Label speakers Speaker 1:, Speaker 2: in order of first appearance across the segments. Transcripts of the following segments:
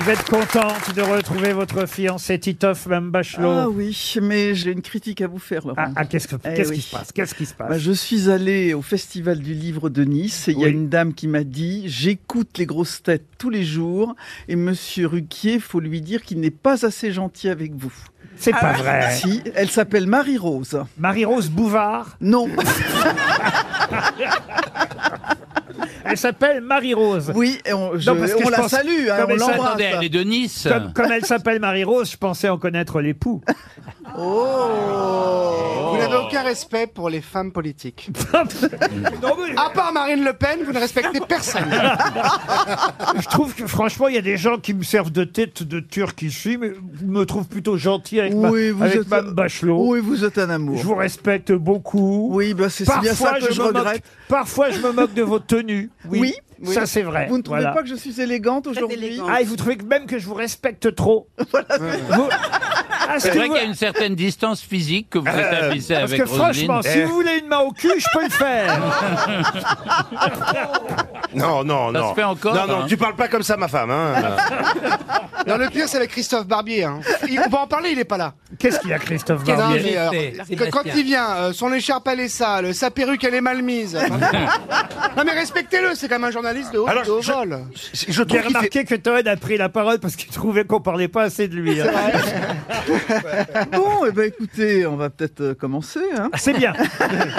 Speaker 1: Vous êtes contente de retrouver votre fiancé Titoff, Mme Bachelot
Speaker 2: Ah oui, mais j'ai une critique à vous faire, Laurent.
Speaker 1: Ah, ah, qu'est-ce que-
Speaker 2: Eh
Speaker 1: qu'est-ce
Speaker 2: oui.
Speaker 1: qui se passe Qu'est-ce qui se passe
Speaker 2: Bah, je suis allé au Festival du Livre de Nice et il y a
Speaker 1: Oui.
Speaker 2: une dame qui m'a dit J'écoute les grosses têtes tous les jours et monsieur Ruquier, faut lui dire qu'il n'est pas assez gentil avec vous.
Speaker 1: C'est pas vrai.
Speaker 2: Si, elle s'appelle Marie-Rose.
Speaker 1: Marie-Rose Bouvard,
Speaker 2: Non,
Speaker 1: elle s'appelle Marie-Rose.
Speaker 2: oui, et on, je-
Speaker 1: parce que
Speaker 2: on
Speaker 1: je
Speaker 2: la
Speaker 1: pense-
Speaker 2: salue, hein,
Speaker 1: Non, mais
Speaker 2: on
Speaker 1: ça,
Speaker 2: l'embrasse.
Speaker 3: Attendez, elle est de Nice.
Speaker 1: Comme, comme elle s'appelle Marie-Rose, je pensais en connaître l'époux.
Speaker 4: Vous n'avez aucun respect pour les femmes politiques.
Speaker 1: Non, mais
Speaker 4: À part Marine Le Pen, vous ne respectez personne.
Speaker 1: je trouve que franchement, il y a des gens qui me servent de tête de turc ici, mais vous me trouvent plutôt gentil avec, ma-
Speaker 2: Oui, vous
Speaker 1: avec
Speaker 2: êtes-
Speaker 1: Mme Bachelot.
Speaker 2: Oui, vous êtes un amour.
Speaker 1: Je vous respecte beaucoup.
Speaker 2: Oui, bah, c'est c'est bien ça
Speaker 1: Parfois,
Speaker 2: que
Speaker 1: je,
Speaker 2: je,
Speaker 1: me moque,
Speaker 2: regrette.
Speaker 1: parfois, je me moque de vos tenues.
Speaker 2: Oui, oui.
Speaker 1: ça c'est vrai.
Speaker 2: Vous ne trouvez
Speaker 1: Voilà.
Speaker 2: pas que je suis élégante aujourd'hui
Speaker 1: Ah, et vous trouvez que même que je vous respecte trop Vous- Ah,
Speaker 3: C'est
Speaker 1: que
Speaker 3: vrai
Speaker 1: vous-
Speaker 3: qu'il y a une certaine distance physique que vous
Speaker 5: Euh,
Speaker 3: établissez
Speaker 1: Parce
Speaker 3: avec
Speaker 1: que franchement,
Speaker 3: Roselyne.
Speaker 1: si
Speaker 3: Eh.
Speaker 1: vous voulez une main au cul, je peux le faire.
Speaker 6: Non, non,
Speaker 3: Ça
Speaker 6: non.
Speaker 3: se fait encore,
Speaker 6: Non, non,
Speaker 3: hein.
Speaker 6: tu parles pas comme ça, ma femme. Hein.
Speaker 4: Dans le pire, c'est avec Christophe Barbier. hein. Il- on va en parler, il n'est pas là.
Speaker 1: Qu'est-ce qu'il y a, Christophe
Speaker 4: Non,
Speaker 1: Barbier
Speaker 4: mais,
Speaker 7: hein.
Speaker 4: euh, que- quand il vient, euh, son écharpe elle est sale, sa perruque elle est mal mise. non mais respectez-le, c'est quand même un journaliste de haut,
Speaker 6: Alors,
Speaker 4: de haut
Speaker 6: je-
Speaker 4: vol.
Speaker 6: Je
Speaker 1: J'ai
Speaker 6: je trouve qu'il fait-
Speaker 1: remarqué que Toen a pris la parole parce qu'il trouvait qu'on parlait pas assez de lui. hein.
Speaker 2: Bon, eh ben, écoutez, on va peut-être euh, commencer. hein.
Speaker 1: C'est bien.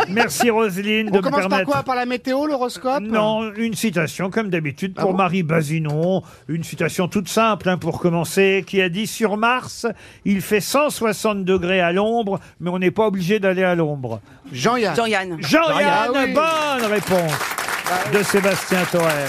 Speaker 1: Merci Roselyne de
Speaker 4: On
Speaker 1: me
Speaker 4: commence par
Speaker 1: permettre.
Speaker 4: quoi Par la météo, l'horoscope
Speaker 1: non, une citation comme d'habitude pour
Speaker 4: bon
Speaker 1: Marie Basinon, une citation toute simple hein, pour commencer, qui a dit sur Mars, il fait 160 degrés à l'ombre, mais on n'est pas obligé d'aller à l'ombre.
Speaker 4: Jean-Yann.
Speaker 8: Jean-Yann.
Speaker 1: Jean-Yann,
Speaker 4: Ah oui.
Speaker 1: bonne réponse de Sébastien Thorel.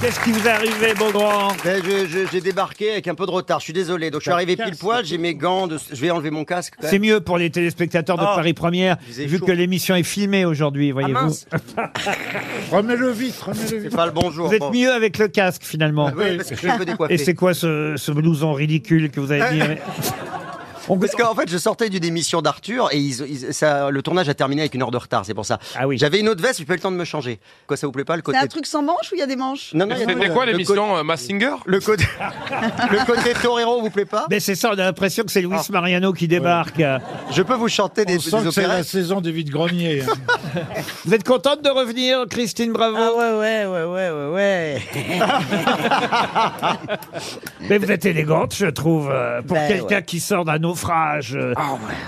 Speaker 1: Qu'est-ce qui vous est arrivé, Beaugrand
Speaker 9: Ben, je- je- j'ai débarqué avec un peu de retard, je suis désolé. Donc je suis arrivé pile poil, j'ai mes gants, de- je vais enlever mon casque.
Speaker 1: C'est mieux pour les téléspectateurs de
Speaker 9: Ah,
Speaker 1: Paris Première,
Speaker 9: vous avez
Speaker 1: vu
Speaker 9: chaud.
Speaker 1: que l'émission est filmée aujourd'hui, voyez-vous.
Speaker 9: mince. C'est pas le bon jour.
Speaker 1: vous êtes
Speaker 9: bon. Ah
Speaker 1: mieux avec le casque, finalement.
Speaker 9: Oui, parce que je suis un peu
Speaker 1: Et
Speaker 9: décoiffé.
Speaker 1: c'est quoi ce, ce blouson ridicule que vous avez
Speaker 8: Euh.
Speaker 1: mis On-
Speaker 9: Parce qu'en fait, je sortais d'une émission d'Arthur et ils- ils- ça, le tournage a terminé avec une heure de retard, c'est pour ça.
Speaker 1: Ah oui.
Speaker 9: J'avais une autre veste, j'ai pas eu le temps de me changer. Quoi, ça vous plaît pas le
Speaker 8: C'est
Speaker 9: côté
Speaker 8: un truc sans manche ou il y a des manches
Speaker 9: Non, non, il y a-
Speaker 10: C'était
Speaker 9: le-
Speaker 10: quoi
Speaker 9: le
Speaker 10: l'émission euh, Massinger
Speaker 9: co- Le côté, le côté torero vous plaît pas
Speaker 1: Mais c'est ça, on a l'impression que c'est Luis
Speaker 8: Ah.
Speaker 1: Mariano qui débarque.
Speaker 9: Je peux vous chanter des, des opérettes
Speaker 11: saison des vides greniers.
Speaker 1: Vous êtes contente de revenir, Christine Bravo
Speaker 8: Ah ouais, ouais, ouais, ouais, ouais, ouais.
Speaker 1: Mais vous êtes élégante, je trouve, euh, pour
Speaker 8: Ben
Speaker 1: quelqu'un qui sort d'un naufrage. euh,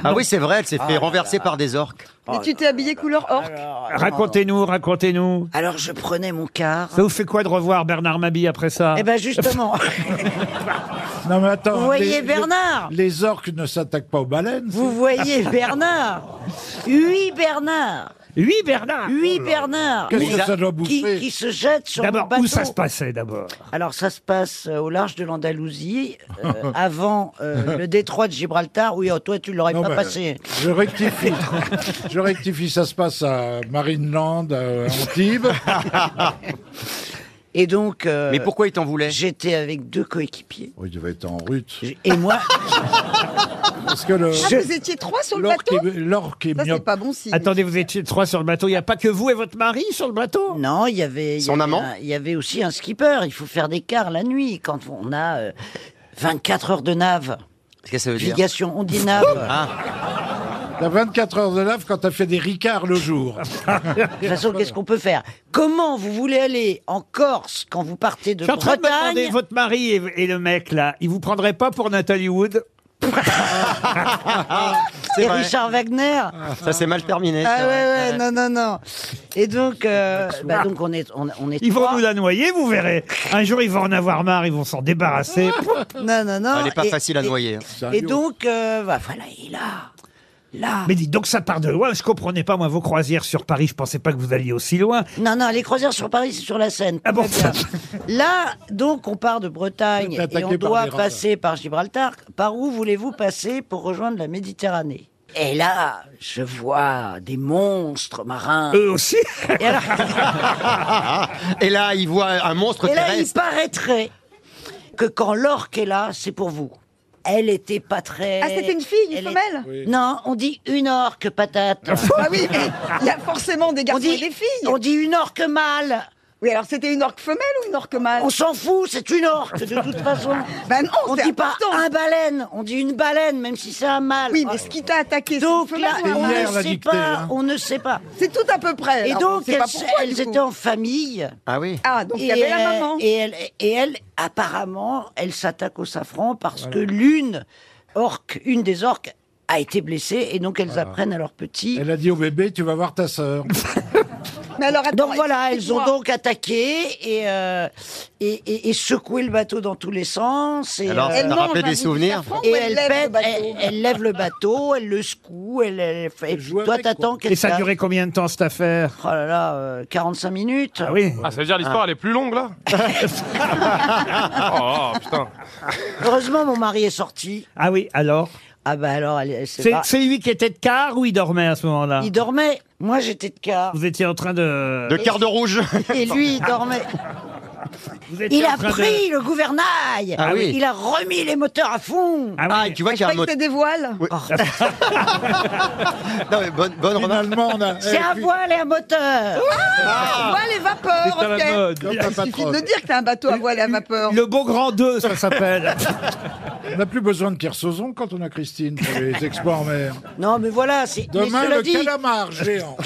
Speaker 9: Ah oui, c'est vrai, elle s'est fait renverser par des orques.
Speaker 8: Et tu t'es habillé couleur orque
Speaker 1: Racontez-nous, racontez-nous.
Speaker 8: Alors je prenais mon car.
Speaker 1: Ça vous fait quoi de revoir Bernard Mabie après ça
Speaker 8: Eh ben justement,
Speaker 11: Non mais attends.
Speaker 8: vous voyez Bernard
Speaker 11: Les, orques ne s'attaquent pas aux baleines.
Speaker 8: Vous voyez Bernard Oui Bernard
Speaker 1: Oui,
Speaker 11: Ah,
Speaker 1: Bernard
Speaker 8: Oui
Speaker 11: oh
Speaker 8: Bernard
Speaker 11: Qu'est-ce que ça doit
Speaker 8: qui,
Speaker 11: bouffer
Speaker 8: qui se jette sur mon
Speaker 1: D'abord,
Speaker 8: bateau.
Speaker 1: où ça se passait d'abord
Speaker 8: Alors ça se passe euh, au large de l'Andalousie, euh, avant euh, le détroit de Gibraltar. Oui, oh, toi tu l'aurais
Speaker 11: Non,
Speaker 8: pas
Speaker 11: mais-
Speaker 8: passé.
Speaker 11: Je rectifie. je rectifie. Ça se passe à Marineland, à Antibes.
Speaker 8: Et donc, euh,
Speaker 9: Mais pourquoi ils t'en voulaient
Speaker 8: j'étais avec deux coéquipiers.
Speaker 11: Oui, Oh, il devait être en rut.
Speaker 8: Et moi,
Speaker 11: Parce que le.
Speaker 8: Ah, vous étiez trois sur
Speaker 11: L'orque est, l'orque est myope.
Speaker 8: bon signe.
Speaker 1: Attendez, vous étiez trois sur le bateau, il n'y a pas que vous et votre mari sur le bateau
Speaker 8: Non, il y avait il y
Speaker 9: Son
Speaker 8: avait
Speaker 9: amant
Speaker 8: un- Il y avait aussi un skipper. Il faut faire des quarts la nuit quand on a euh, 24 heures de nave.
Speaker 9: Qu'est-ce que ça veut dire Ah.
Speaker 8: Navigation, on dit nave.
Speaker 11: T'as 24 heures de lave quand t'as fait des ricards le jour.
Speaker 8: De toute façon, qu'est-ce qu'on peut faire Comment vous voulez aller en Corse quand vous partez
Speaker 1: Je
Speaker 8: de
Speaker 1: suis en train de me demander,
Speaker 8: Bretagne
Speaker 1: votre mari et, et le mec là, il vous prendrait pas pour Nathalie Wood
Speaker 8: et Richard Wagner
Speaker 9: Ça s'est mal terminé.
Speaker 8: Ah
Speaker 9: c'est
Speaker 8: ouais,
Speaker 9: vrai.
Speaker 8: ouais, non, non, non. Et donc, euh, bah, donc on est, on, on est
Speaker 1: Ils vont
Speaker 8: trois.
Speaker 1: nous la noyer, vous verrez. Un jour, ils vont en avoir marre, ils vont s'en débarrasser.
Speaker 8: Non, non, non.
Speaker 9: Elle n'est pas
Speaker 8: Et-
Speaker 9: facile à
Speaker 8: et-
Speaker 9: noyer. hein.
Speaker 8: Et, donc, euh, bah, voilà, il a... Là.
Speaker 1: Mais dites donc, ça part de loin. Je comprenais pas, moi, vos croisières sur Paris. Je pensais pas que vous alliez aussi loin.
Speaker 8: Non, non, les croisières sur Paris, c'est sur la Seine.
Speaker 1: Ah bon
Speaker 8: Très bien. Là, donc, on part de Bretagne
Speaker 11: Vous êtes
Speaker 8: et on
Speaker 11: attaqué par
Speaker 8: doit
Speaker 11: des rats.
Speaker 8: passer par Gibraltar. Par où voulez-vous passer pour rejoindre la Méditerranée Et là, je vois des monstres marins.
Speaker 11: Euh.
Speaker 1: Eux aussi
Speaker 8: Et, alors-
Speaker 9: Et là, il voit un monstre
Speaker 8: et là, il
Speaker 9: terrestre.
Speaker 8: paraîtrait que quand l'orque est là, c'est pour vous. Elle était pas très.
Speaker 7: Ah, c'était une fille, une
Speaker 8: Elle est-
Speaker 7: femelle
Speaker 8: Non, on dit une orque, patate.
Speaker 7: Ah oui, mais il y a forcément des garçons
Speaker 8: on dit,
Speaker 7: et des filles.
Speaker 8: On dit une orque mâle.
Speaker 10: Oui, alors c'était une orque femelle ou une orque mâle
Speaker 8: On s'en fout, c'est une orque de toute façon.
Speaker 10: Ben non,
Speaker 8: on
Speaker 10: c'est
Speaker 8: dit pas
Speaker 10: important.
Speaker 8: un baleine, on dit une baleine, même si c'est un mâle.
Speaker 10: Oui, mais ce qui t'a attaqué, c'est une
Speaker 8: Donc là,
Speaker 10: femelle ou un
Speaker 8: on
Speaker 10: mâle
Speaker 11: hier,
Speaker 8: ne
Speaker 11: la
Speaker 8: sait
Speaker 11: dictée,
Speaker 8: pas,
Speaker 11: hein.
Speaker 8: on ne sait pas.
Speaker 10: C'est tout à peu près.
Speaker 8: Et
Speaker 10: Alors, on
Speaker 8: donc,
Speaker 10: sait
Speaker 8: elles,
Speaker 10: pas pourquoi,
Speaker 8: elles
Speaker 10: du coup.
Speaker 8: étaient en famille.
Speaker 9: Ah oui.
Speaker 10: Ah, donc il y
Speaker 8: Et,
Speaker 10: avait la
Speaker 8: euh,
Speaker 10: maman.
Speaker 8: Et elle, et elle, apparemment, elle s'attaque au safran parce que l'une orque, une des orques, a été blessée et donc elles apprennent à leurs petits.
Speaker 11: Elle a dit au bébé, tu vas voir ta sœur.
Speaker 10: Mais alors, attends,
Speaker 8: Donc voilà, elles ont
Speaker 10: explique-moi.
Speaker 8: donc attaqué et, euh, et, et- et secoué le bateau dans tous les sens. Et,
Speaker 9: Alors,
Speaker 8: euh,
Speaker 9: ça
Speaker 10: Elle
Speaker 9: t'a
Speaker 10: mange
Speaker 9: rappelé
Speaker 10: un bout
Speaker 9: des
Speaker 10: du
Speaker 9: souvenirs
Speaker 10: safran
Speaker 8: et
Speaker 10: ou
Speaker 8: elle,
Speaker 10: lève le
Speaker 8: pète,
Speaker 10: bateau
Speaker 8: elle, elle lève le bateau, elle le secoue, elle, elle fait- et puis
Speaker 11: joue
Speaker 8: toi
Speaker 11: avec,
Speaker 8: t'attends qu'elle
Speaker 1: Et ça a
Speaker 8: t'a-
Speaker 1: duré combien de temps cette affaire
Speaker 8: Oh là là, euh, 45 minutes.
Speaker 1: Ah oui.
Speaker 7: Ah, ça veut dire l'histoire, elle est plus longue, là oh, oh, putain.
Speaker 8: Heureusement, mon mari est sorti.
Speaker 1: Ah oui, alors
Speaker 8: Ah bah alors, elle, elle- c'est
Speaker 1: C'est
Speaker 8: pas-
Speaker 1: c'est lui qui était de quart ou il dormait à ce moment-là
Speaker 8: il dormait. Moi, j'étais de quart.
Speaker 1: Vous étiez en train de.
Speaker 9: De quart de rouge.
Speaker 8: Et lui, il dormait.
Speaker 1: Vous étiez
Speaker 8: Il
Speaker 1: en
Speaker 8: a
Speaker 1: train de-
Speaker 8: pris le gouvernail.
Speaker 9: Ah oui.
Speaker 8: Il a remis les moteurs à fond.
Speaker 1: Ah oui.
Speaker 9: Ah, et tu vois
Speaker 10: Je
Speaker 9: qu'il y
Speaker 10: crois
Speaker 9: a un
Speaker 10: que
Speaker 9: mot.
Speaker 10: c'était des voiles. Oh.
Speaker 9: Non, mais bonne, bonne remarque.
Speaker 11: Finalement, on a.
Speaker 8: C'est
Speaker 11: Eh,
Speaker 8: un
Speaker 11: puis-
Speaker 8: voile et un moteur.
Speaker 10: Voile et vapeur,
Speaker 1: C'est Ah, à la
Speaker 10: Euh, ok.
Speaker 1: mode.
Speaker 11: Comme
Speaker 10: Il
Speaker 11: un
Speaker 10: suffit
Speaker 11: patron.
Speaker 10: de dire que t'as un bateau à voile et à vapeur.
Speaker 1: Le beau grand 2, ça s'appelle.
Speaker 11: On n'a plus besoin de Kersozon quand on a Christine pour les exploits en mer.
Speaker 8: Non, mais voilà. c'est- mais
Speaker 11: Demain,
Speaker 8: cela
Speaker 11: le
Speaker 8: dit,
Speaker 11: calamar géant.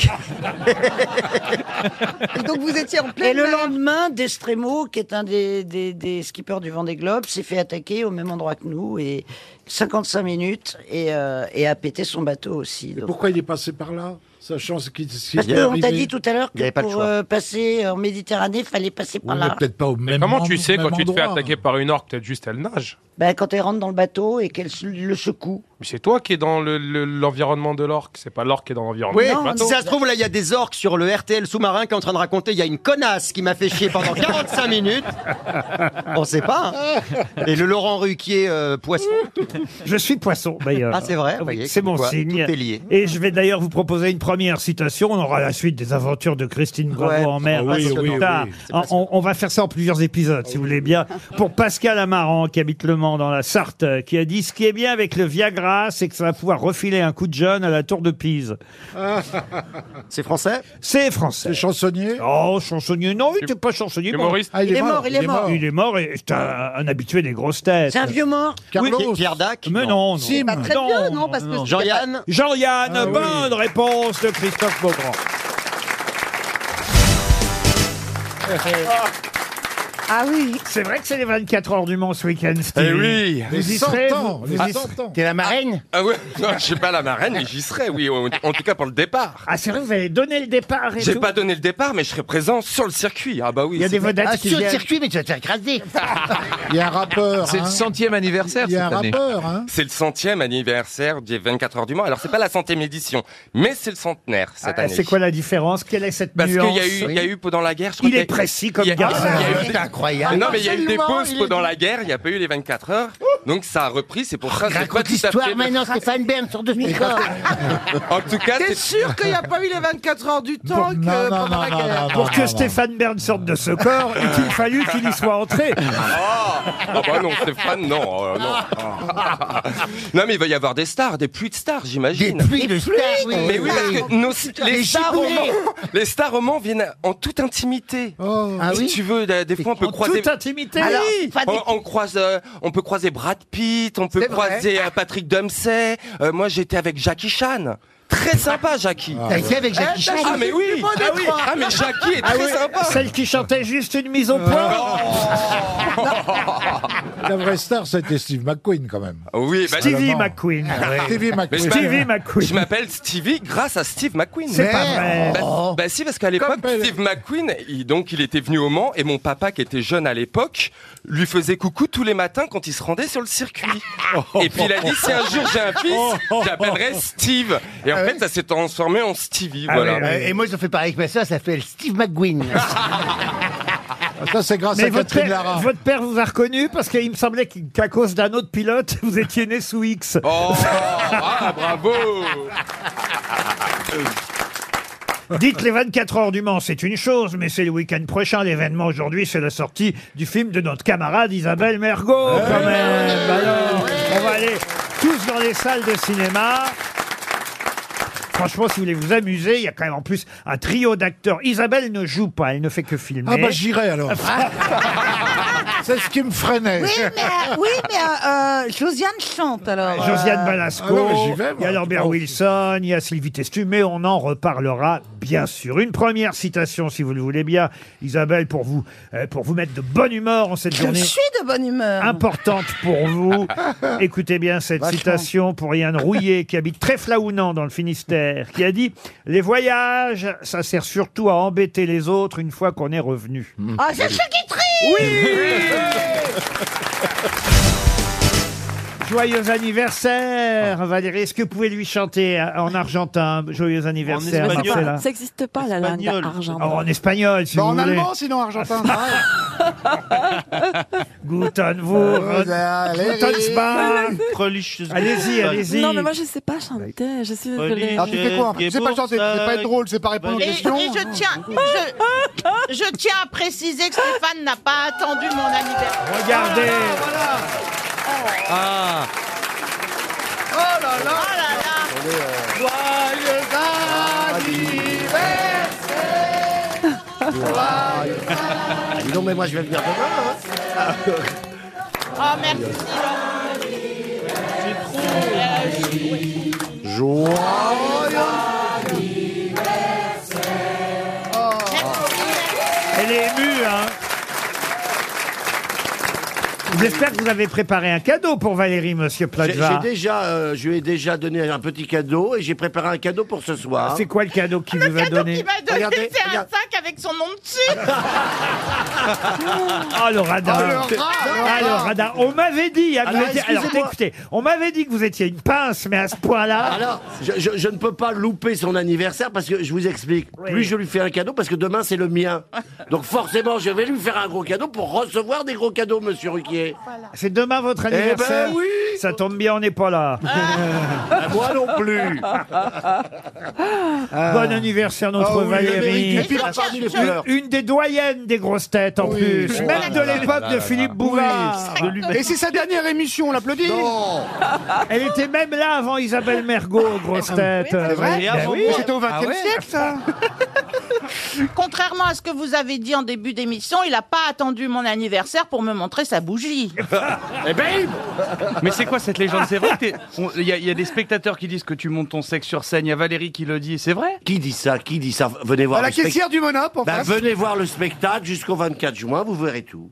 Speaker 10: Et donc vous étiez en
Speaker 8: et
Speaker 10: pleine
Speaker 8: le
Speaker 10: mer.
Speaker 8: lendemain, Destremo, qui est un des, des, des skippers du Vendée Globe, s'est fait attaquer au même endroit que nous et 55 minutes et, euh, et a pété son bateau aussi. donc.
Speaker 11: Pourquoi il est passé par là Sachant ce qui ce qui
Speaker 8: Parce
Speaker 11: lui est
Speaker 8: qu'on t'a
Speaker 11: arrivé.
Speaker 8: dit tout à l'heure
Speaker 9: Il y
Speaker 8: que
Speaker 9: avait pas le
Speaker 8: pour
Speaker 9: choix.
Speaker 8: euh, passer en Méditerranée, fallait passer
Speaker 11: Oui,
Speaker 8: par
Speaker 11: mais
Speaker 8: là.
Speaker 11: peut-être pas au même
Speaker 7: Comment
Speaker 11: en-
Speaker 7: tu sais
Speaker 11: même
Speaker 7: quand tu te fais
Speaker 11: endroit.
Speaker 5: hein.
Speaker 7: attaquer par une orque Peut-être juste elle nage.
Speaker 8: Ben, quand elle rentre dans le bateau et qu'elle se- le secoue.
Speaker 7: Mais c'est toi qui es dans le- le- l'environnement de l'orque. C'est pas l'orque qui est dans l'environnement
Speaker 9: Oui,
Speaker 7: du
Speaker 8: Non,
Speaker 7: bateau.
Speaker 9: si ça se trouve, là, il y a des orques sur le RTL sous-marin qui est en train de raconter il y a une connasse qui m'a fait chier pendant 45 minutes. On sait pas. hein. Et le Laurent Ruquier euh, poisson.
Speaker 1: Je suis poisson, d'ailleurs.
Speaker 9: Ah, c'est vrai, vous
Speaker 1: Oui,
Speaker 9: voyez,
Speaker 1: C'est
Speaker 9: comme
Speaker 1: mon
Speaker 9: quoi,
Speaker 1: signe.
Speaker 9: tout est lié.
Speaker 1: Et je vais d'ailleurs vous proposer une première citation. On aura la suite des aventures de Christine Bravo
Speaker 9: Ouais.
Speaker 1: en mer.
Speaker 11: Ah oui,
Speaker 1: parce que
Speaker 11: oui,
Speaker 1: plus tard.
Speaker 11: oui.
Speaker 1: On- on, on va faire ça en plusieurs épisodes, si vous voulez bien. Pour Pascal Amaran, qui habite Le Mans dans la Sarthe, euh, qui a dit Ce qui est bien avec le Viagra, c'est que ça va pouvoir refiler un coup de jeune à la tour de Pise.
Speaker 9: C'est français
Speaker 1: C'est français.
Speaker 11: C'est chansonnier
Speaker 1: Oh, chansonnier. Non, il n'était pas chansonnier. mais-
Speaker 7: Humoriste.
Speaker 11: Ah,
Speaker 10: Il est mort, il est mort.
Speaker 1: Il est mort et c'est un, un habitué des grosses têtes.
Speaker 8: C'est un vieux mort.
Speaker 11: Carlos.
Speaker 9: Pierre- Pierre Dac
Speaker 1: Mais non, non.
Speaker 11: Sim. Pas
Speaker 10: très
Speaker 1: Non,
Speaker 10: vieux, non,
Speaker 1: non,
Speaker 10: parce que-
Speaker 1: non.
Speaker 9: Jean-Yann
Speaker 1: Jean-Yann,
Speaker 11: Ah oui.
Speaker 1: bonne réponse de Christophe Beaugrand.
Speaker 10: Ah oui.
Speaker 1: C'est vrai que c'est les 24 heures du Mans ce week-end, Stevie.
Speaker 7: Eh oui.
Speaker 1: Vous
Speaker 11: Les
Speaker 1: y
Speaker 11: 100
Speaker 1: serez,
Speaker 11: ans.
Speaker 1: vous- Ah,
Speaker 11: Les
Speaker 1: vous y-
Speaker 11: 100 ans.
Speaker 6: T'es la marraine
Speaker 7: Ah ouais, non, je sais pas la marraine, mais j'y serai, oui, en, en tout cas pour le départ.
Speaker 1: Ah, c'est vrai, vous allez donner le départ et
Speaker 7: J'ai
Speaker 1: tout.
Speaker 7: pas donné le départ, mais je serai présent sur le circuit. Ah bah oui.
Speaker 1: Il y a des vedettes
Speaker 6: Ah,
Speaker 1: qui
Speaker 6: sur le
Speaker 1: viennent.
Speaker 6: circuit, mais tu vas te faire écraser
Speaker 11: Il y a un rappeur. hein.
Speaker 3: centième anniversaire
Speaker 11: Il y a un rappeur. hein.
Speaker 7: C'est le centième anniversaire des 24 heures du Mans. Alors c'est pas la centième édition, mais c'est le centenaire cette
Speaker 1: Ah,
Speaker 7: année.
Speaker 1: C'est quoi la différence Quelle est cette
Speaker 7: Parce qu'il
Speaker 1: nuance
Speaker 7: y a eu, il y a eu pendant la guerre. Je crois
Speaker 1: Il est
Speaker 7: qu'il y a-
Speaker 1: précis comme
Speaker 7: il y a-
Speaker 1: garçon.
Speaker 7: il y a eu-
Speaker 6: C'est incroyable
Speaker 7: non mais il y a eu des
Speaker 6: Absolument,
Speaker 7: pauses
Speaker 6: il est-
Speaker 7: pendant la guerre. Il n'y a pas eu les 24 heures. Donc ça a repris. C'est pour ça. que c'est pas
Speaker 6: Oh,
Speaker 7: tout
Speaker 6: Raconte
Speaker 7: à fait.
Speaker 6: l'histoire maintenant, Stéphane Bern, sort de son corps
Speaker 7: En tout cas,
Speaker 4: T'es
Speaker 7: c'est
Speaker 4: sûr qu'il n'y a pas eu les 24 heures du
Speaker 11: Pour-
Speaker 4: temps que
Speaker 11: non, non,
Speaker 4: pendant
Speaker 11: non,
Speaker 4: la
Speaker 11: non,
Speaker 4: guerre
Speaker 11: non, non,
Speaker 1: Pour
Speaker 11: non,
Speaker 1: que
Speaker 11: non.
Speaker 1: Stéphane Bern sorte de ce corps, il a fallu qu'il y soit entré.
Speaker 7: Ah bah non, Stéphane, non. euh, non. non, mais il va y avoir des stars, des pluies de stars,
Speaker 6: Des
Speaker 7: j'imagine.
Speaker 6: pluies de stars, oui.
Speaker 7: Mais oui, parce que nos- les,
Speaker 6: Des
Speaker 7: stars au
Speaker 6: giboulées.
Speaker 7: Mans- les stars au Mans viennent en toute intimité.
Speaker 11: Oh.
Speaker 6: Ah
Speaker 7: si
Speaker 6: oui
Speaker 7: tu veux, des des fois on peut
Speaker 1: En
Speaker 7: croiser.
Speaker 1: toute intimité.
Speaker 6: Alors, oh,
Speaker 1: oui.
Speaker 6: pas des-
Speaker 7: On, on croise, euh, on peut croiser Brad Pitt, on peut
Speaker 4: C'est vrai.
Speaker 7: croiser euh, Patrick Dempsey. Euh, moi, j'étais avec Jackie Chan. Très sympa, Jackie.
Speaker 6: Ah, T'as été avec Jackie Chan
Speaker 7: Ah, mais oui. Ah, oui. Ah, mais Jackie est
Speaker 1: Ah
Speaker 7: très
Speaker 1: oui,
Speaker 7: sympa. Oh.
Speaker 1: Celle qui chantait juste une mise au point.
Speaker 11: La vraie star, c'était Steve McQueen quand même.
Speaker 7: Oui, bah,
Speaker 1: Stevie
Speaker 11: Allemand.
Speaker 1: McQueen.
Speaker 11: Stevie
Speaker 7: mais
Speaker 11: McQueen.
Speaker 7: je
Speaker 1: Stevie
Speaker 7: m'appelle-
Speaker 1: McQueen.
Speaker 7: Je m'appelle Stevie grâce à Steve McQueen.
Speaker 1: C'est pas vrai.
Speaker 11: oh,
Speaker 7: Bah, bah si, parce qu'à l'époque,
Speaker 11: Comme-
Speaker 7: Steve McQueen, il, donc il était venu au Mans et mon papa, qui était jeune à l'époque, lui faisait coucou tous les matins quand il se rendait sur le circuit. Et puis il a dit si un jour j'ai un fils, j'appellerai Steve. Et en fait, ça s'est transformé en Stevie.
Speaker 1: Ah
Speaker 7: voilà.
Speaker 1: ouais, ouais.
Speaker 6: Euh, Et moi, je fais pareil avec ma soeur, ça s'appelle Steve McQueen.
Speaker 11: Ah, Ça, c'est grâce
Speaker 1: Mais
Speaker 11: à
Speaker 1: votre
Speaker 11: Catherine
Speaker 1: père,
Speaker 11: Lara.
Speaker 1: votre père vous a reconnu parce qu'il me semblait qu'- qu'à cause d'un autre pilote, vous étiez né sous X.
Speaker 7: Oh, ah, bravo
Speaker 1: Dites les 24 heures du Mans, c'est une chose, mais c'est le week-end prochain. L'événement aujourd'hui, c'est la sortie du film de notre camarade Isabelle Mergot,
Speaker 7: Eh
Speaker 1: quand même. Bah Alors, on va aller tous dans les salles de cinéma. Franchement, si vous voulez vous amuser, il y a quand même en plus un trio d'acteurs. Isabelle ne joue pas, elle ne fait que filmer.
Speaker 11: Ah bah j'irai alors. C'est ce qui me freinait.
Speaker 12: Oui, mais, euh, oui, mais euh, euh, Josiane chante alors.
Speaker 1: Josiane
Speaker 12: Euh,
Speaker 1: Balasco,
Speaker 11: ah non, mais j'y vais,
Speaker 1: il y a Norbert Wilson, il y a Sylvie Testumé, on en reparlera bien sûr. Une première citation, si vous le voulez bien, Isabelle, pour vous, euh, pour vous mettre de bonne humeur en cette
Speaker 12: Euh, Je
Speaker 1: journée
Speaker 12: suis de bonne humeur.
Speaker 1: importante pour vous. Écoutez bien cette
Speaker 12: Vachement.
Speaker 1: citation pour Yann Rouillet, qui habite très flaounant dans le Finistère, qui a dit « Les voyages, ça sert surtout à embêter les autres une fois qu'on est revenu.
Speaker 13: Mmh.
Speaker 12: Ah, c'est ce qui trie
Speaker 1: Joyeux
Speaker 4: Ah.
Speaker 1: anniversaire, Valérie. Est-ce que vous pouvez lui chanter euh, en argentin Joyeux anniversaire, Marcella.
Speaker 13: Ça n'existe pas, la langue
Speaker 1: Oh,
Speaker 13: argentine.
Speaker 1: en espagnol, si
Speaker 4: Bah,
Speaker 1: vous
Speaker 4: en
Speaker 1: voulez.
Speaker 4: allemand, sinon, argentin.
Speaker 1: Guten
Speaker 4: Euh,
Speaker 1: Wurst,
Speaker 6: Eh,
Speaker 1: Guten Spaß. Allez-y, allez-y.
Speaker 13: Non, mais moi, je sais pas chanter. Je suis désolée.
Speaker 4: Alors, tu fais quoi en fait C'est pas chanter, c'est pas être drôle, c'est pas répondre aux
Speaker 14: Et, et
Speaker 4: questions.
Speaker 14: je, tiens, je, je tiens à préciser que Stéphane n'a pas attendu mon anniversaire.
Speaker 1: Regardez.
Speaker 9: Ah,
Speaker 4: Oh là là Joyeux
Speaker 6: Non, mais moi, je vais venir demain. hein.
Speaker 14: Oh, merci.
Speaker 9: Oh,
Speaker 1: Elle est émue, hein. J'espère que vous avez préparé un cadeau pour Valérie, monsieur
Speaker 6: J'ai- J'ai
Speaker 1: Plaza.
Speaker 6: déjà, euh, je lui ai déjà donné un petit cadeau et j'ai préparé un cadeau pour ce soir.
Speaker 1: C'est quoi le cadeau qu'il vous a
Speaker 14: Cadeau
Speaker 1: donné
Speaker 14: qu'il m'a donné,
Speaker 6: Regardez,
Speaker 14: c'est un
Speaker 6: regarde.
Speaker 14: sac avec son nom dessus.
Speaker 1: Ah, le radin.
Speaker 4: Oh, le rat, le
Speaker 1: Ah, le
Speaker 4: rat.
Speaker 1: radin. On m'avait dit, hein, que
Speaker 6: Alors,
Speaker 1: vous étiez- alors,
Speaker 6: excusez-moi.
Speaker 1: écoutez, on m'avait dit que vous étiez une pince, mais à ce point-là.
Speaker 6: Alors, je, je- je ne peux pas louper son anniversaire parce que je vous explique. Plus je lui fais un cadeau, parce que demain c'est le mien. Donc forcément, je vais lui faire un gros cadeau pour recevoir des gros cadeaux, monsieur Ruquier.
Speaker 1: C'est demain votre
Speaker 6: ben
Speaker 1: anniversaire.
Speaker 6: oui.
Speaker 1: Ça tombe bien, on n'est pas là. Ah.
Speaker 6: Ah, Moi non plus.
Speaker 1: Bon anniversaire, notre
Speaker 6: Ah oui,
Speaker 1: Valérie.
Speaker 6: Valérie, pire parmi les fleurs.
Speaker 1: Une des doyennes des grosses têtes en plus,
Speaker 4: Oh
Speaker 1: même de
Speaker 6: Ah
Speaker 1: l'époque de Philippe Bouvard.
Speaker 4: là Et c'est sa dernière émission, on l'applaudit
Speaker 1: Elle était même là avant Isabelle Mergot, grosses têtes.
Speaker 4: C'est vrai
Speaker 1: Ben oui.
Speaker 4: Mais C'était au 20
Speaker 5: Ah
Speaker 4: e siècle, ça
Speaker 14: Contrairement à ce que vous avez dit en début d'émission, il n'a pas attendu mon anniversaire pour me montrer sa bougie.
Speaker 15: Eh ben Mais c'est quoi cette légende C'est vrai qu'il y, a- y a des spectateurs qui disent que tu montes ton sexe sur scène. Il y a Valérie qui le dit, c'est vrai
Speaker 6: Qui dit ça Qui dit ça Venez voir
Speaker 4: À Bah, la hein.
Speaker 6: le spectacle.
Speaker 4: caissière du Monop, en
Speaker 6: Bah,
Speaker 4: face.
Speaker 6: venez voir le spectacle jusqu'au 24 juin, vous verrez tout.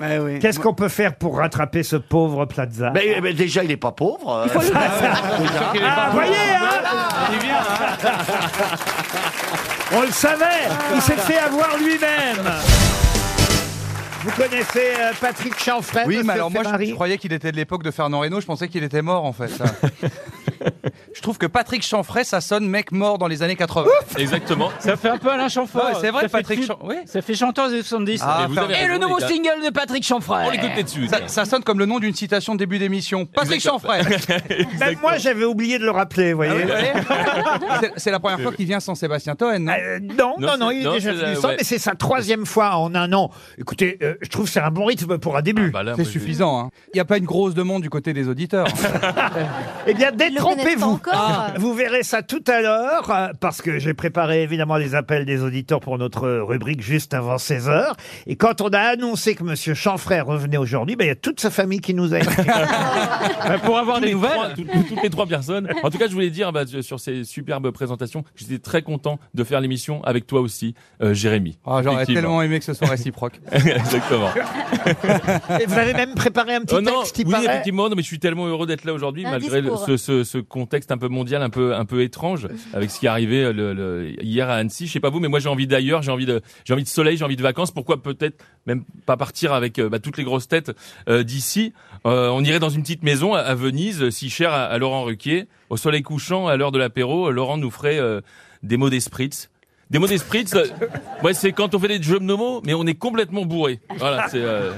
Speaker 2: Ouais, oui.
Speaker 1: Qu'est-ce qu'on peut faire pour rattraper ce pauvre Plaza
Speaker 7: Ben,
Speaker 6: Mais, mais déjà, il n'est pas pauvre. euh, déjà.
Speaker 1: Ah, voyez, hein On le savait Il s'est fait avoir lui-même Vous connaissez euh, Patrick Chanfray
Speaker 15: Oui,
Speaker 1: monsieur
Speaker 15: mais alors moi je,
Speaker 1: Ferrari
Speaker 15: je croyais qu'il était de l'époque de Fernand Reynaud, je pensais qu'il était mort en fait. je trouve que Patrick Chanfray, ça sonne mec mort dans les années 80.
Speaker 16: Exactement. Ça fait un peu Alain Chamfort.
Speaker 15: Ouais, c'est vrai,
Speaker 16: Ça fait
Speaker 15: Patrick
Speaker 16: tube.
Speaker 15: Chan- oui.
Speaker 16: Ça fait chanteur des 70.
Speaker 15: Ah, Et vous avez
Speaker 16: et le
Speaker 15: raison,
Speaker 16: nouveau
Speaker 15: les gars.
Speaker 16: single de Patrick Chanfray.
Speaker 15: On l'écoute
Speaker 16: dessus.
Speaker 15: Ça, ça sonne comme le nom d'une citation de début d'émission. Patrick Chanfray
Speaker 1: Même moi j'avais oublié de le rappeler, vous
Speaker 15: Ah
Speaker 1: voyez.
Speaker 15: C'est- C'est la première fois qu'il vient sans Sébastien Toen. non
Speaker 1: Euh, non, non, non,
Speaker 16: c'est-
Speaker 1: il est
Speaker 16: non,
Speaker 1: déjà
Speaker 16: c'est,
Speaker 1: venu
Speaker 16: euh,
Speaker 1: sans,
Speaker 16: ouais.
Speaker 1: mais c'est sa troisième fois en un an. Écoutez, euh, je trouve que c'est un bon rythme pour un début.
Speaker 5: Bah,
Speaker 15: C'est suffisant. hein. Il n'y a pas une grosse demande du côté des auditeurs.
Speaker 1: Eh bien,
Speaker 12: connaissent pas
Speaker 1: détrompez-vous.
Speaker 12: encore.
Speaker 1: Vous verrez ça tout à l'heure, euh, parce que j'ai préparé évidemment les appels des auditeurs pour notre rubrique juste avant 16 heures. Et quand on a annoncé que Monsieur Chanfray revenait aujourd'hui, ben, il y a toute sa famille qui nous a écrit.
Speaker 16: Bah, pour avoir des
Speaker 5: les
Speaker 16: nouvelles.
Speaker 5: trois- tout- toutes les trois personnes. En tout cas, je voulais dire bah, sur ces superbes présentations, que j'étais très content de faire l'émission avec toi aussi, euh, Jérémy.
Speaker 15: Ah, J'aurais
Speaker 5: Effectivement.
Speaker 15: tellement aimé que ce soit réciproque.
Speaker 5: Exactement.
Speaker 1: Et vous avez même préparé un petit
Speaker 5: Oh non,
Speaker 1: texte, il
Speaker 5: oui,
Speaker 1: paraît.
Speaker 5: effectivement, non, mais je suis tellement heureux d'être là aujourd'hui,
Speaker 16: Un
Speaker 5: malgré le-
Speaker 16: discours.
Speaker 5: ce, ce- ce contexte un peu mondial, un peu, un peu étrange, avec ce qui est arrivé euh, le- le- hier à Annecy. Je sais pas vous, mais moi j'ai envie d'ailleurs, j'ai envie de, j'ai envie de soleil, j'ai envie de vacances. Pourquoi peut-être même pas partir avec euh, bah, toutes les grosses têtes euh, d'ici Euh, On irait dans une petite maison à, à Venise, euh, si chère à, à Laurent Ruquier, au soleil couchant, à l'heure de l'apéro. euh, Laurent nous ferait euh, des mots d'esprit. Des mots d'esprit, ça- ouais, c'est quand on fait des jeux de mots, mais on est complètement bourré. Voilà, c'est. euh,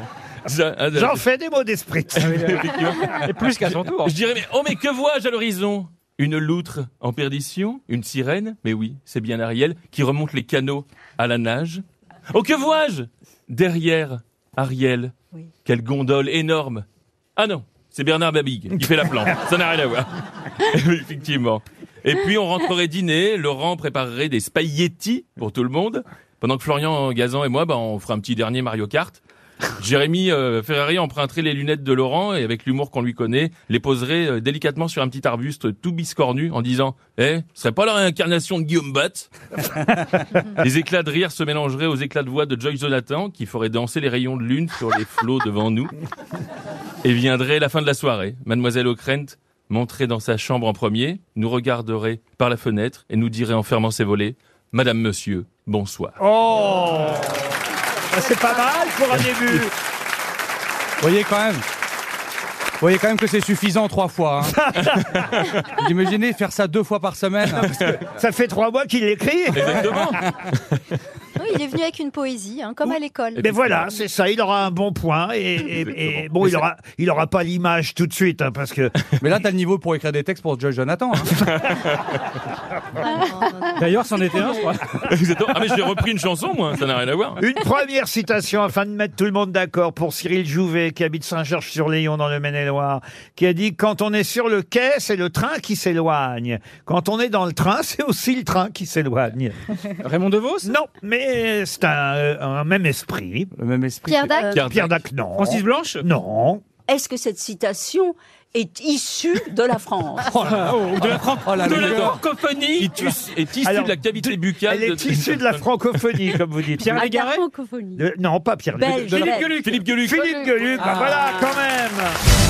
Speaker 5: ça-
Speaker 1: J'en fais des mots d'esprit.
Speaker 5: Effectivement.
Speaker 16: Et plus qu'à son tour.
Speaker 5: Je dirais, mais oh, mais que vois-je à l'horizon Une loutre en perdition Une sirène Mais oui, c'est bien Ariel qui remonte les canaux à la nage. Oh, que vois-je Derrière Ariel, quelle gondole énorme Ah non, c'est Bernard Babig qui fait la planche. Ça n'a rien à voir. Effectivement. Et puis on rentrerait dîner, Laurent préparerait des spaghettis pour tout le monde, pendant que Florian Gazan et moi, bah, on fera un petit dernier Mario Kart. Jérémy euh, Ferrari emprunterait les lunettes de Laurent et avec l'humour qu'on lui connaît, les poserait euh, délicatement sur un petit arbuste tout biscornu en disant « Eh, ce serait pas la réincarnation de Guillaume Bat ?» Les éclats de rire se mélangeraient aux éclats de voix de Joyce Jonathan qui ferait danser les rayons de lune sur les flots devant nous. Et viendrait la fin de la soirée. Mademoiselle O'Krent monterait dans sa chambre en premier, nous regarderait par la fenêtre et nous dirait en fermant ses volets « Madame, monsieur, bonsoir. »
Speaker 1: Oh Ah, C'est pas mal pour un début.
Speaker 17: Vous voyez quand même vous voyez quand même que c'est suffisant trois fois. hein. Vous imaginez faire ça deux fois par semaine
Speaker 1: Ça fait trois mois qu'il l'écrit.
Speaker 5: Exactement.
Speaker 18: Oui, il est venu avec une poésie, hein, comme à l'école.
Speaker 1: Mais voilà, c'est ça, il aura un bon point et, et- et bon, il aura, il aura pas l'image tout de suite hein, parce que.
Speaker 17: Mais là, t'as le niveau pour écrire des textes pour Joy Jonathan. D'ailleurs, c'en était un, je crois.
Speaker 5: Exactement. Ah mais j'ai repris une chanson moi, ça n'a rien à voir.
Speaker 1: Une première citation afin de mettre tout le monde d'accord pour Cyril Jouvet qui habite Saint-Georges-sur-Léon dans le Maine-et-Loire, qui a dit quand on est sur le quai, c'est le train qui s'éloigne. Quand on est dans le train, c'est aussi le train qui s'éloigne.
Speaker 17: Raymond DeVos
Speaker 1: Non, mais c'est un, euh, un même esprit.
Speaker 17: Le même esprit.
Speaker 19: Pierre Dac Pierre Dac.
Speaker 1: Pierre Dac, non.
Speaker 19: Francis
Speaker 17: Blanche
Speaker 1: Non.
Speaker 19: Est-ce que cette citation est issue de la France
Speaker 5: de la,
Speaker 1: Oh,
Speaker 17: la longueur.
Speaker 5: francophonie est, tus- est issue
Speaker 1: Alors,
Speaker 5: de la cavité buccale.
Speaker 1: Elle est issue de la francophonie, comme vous dites.
Speaker 17: Pierre Légaré
Speaker 1: Le- Non, pas Pierre Légaré.
Speaker 17: Belge. Philippe Gueluc.
Speaker 1: Philippe Gueluc. Philippe Gueluc, bah
Speaker 17: Ah.
Speaker 1: voilà, quand même.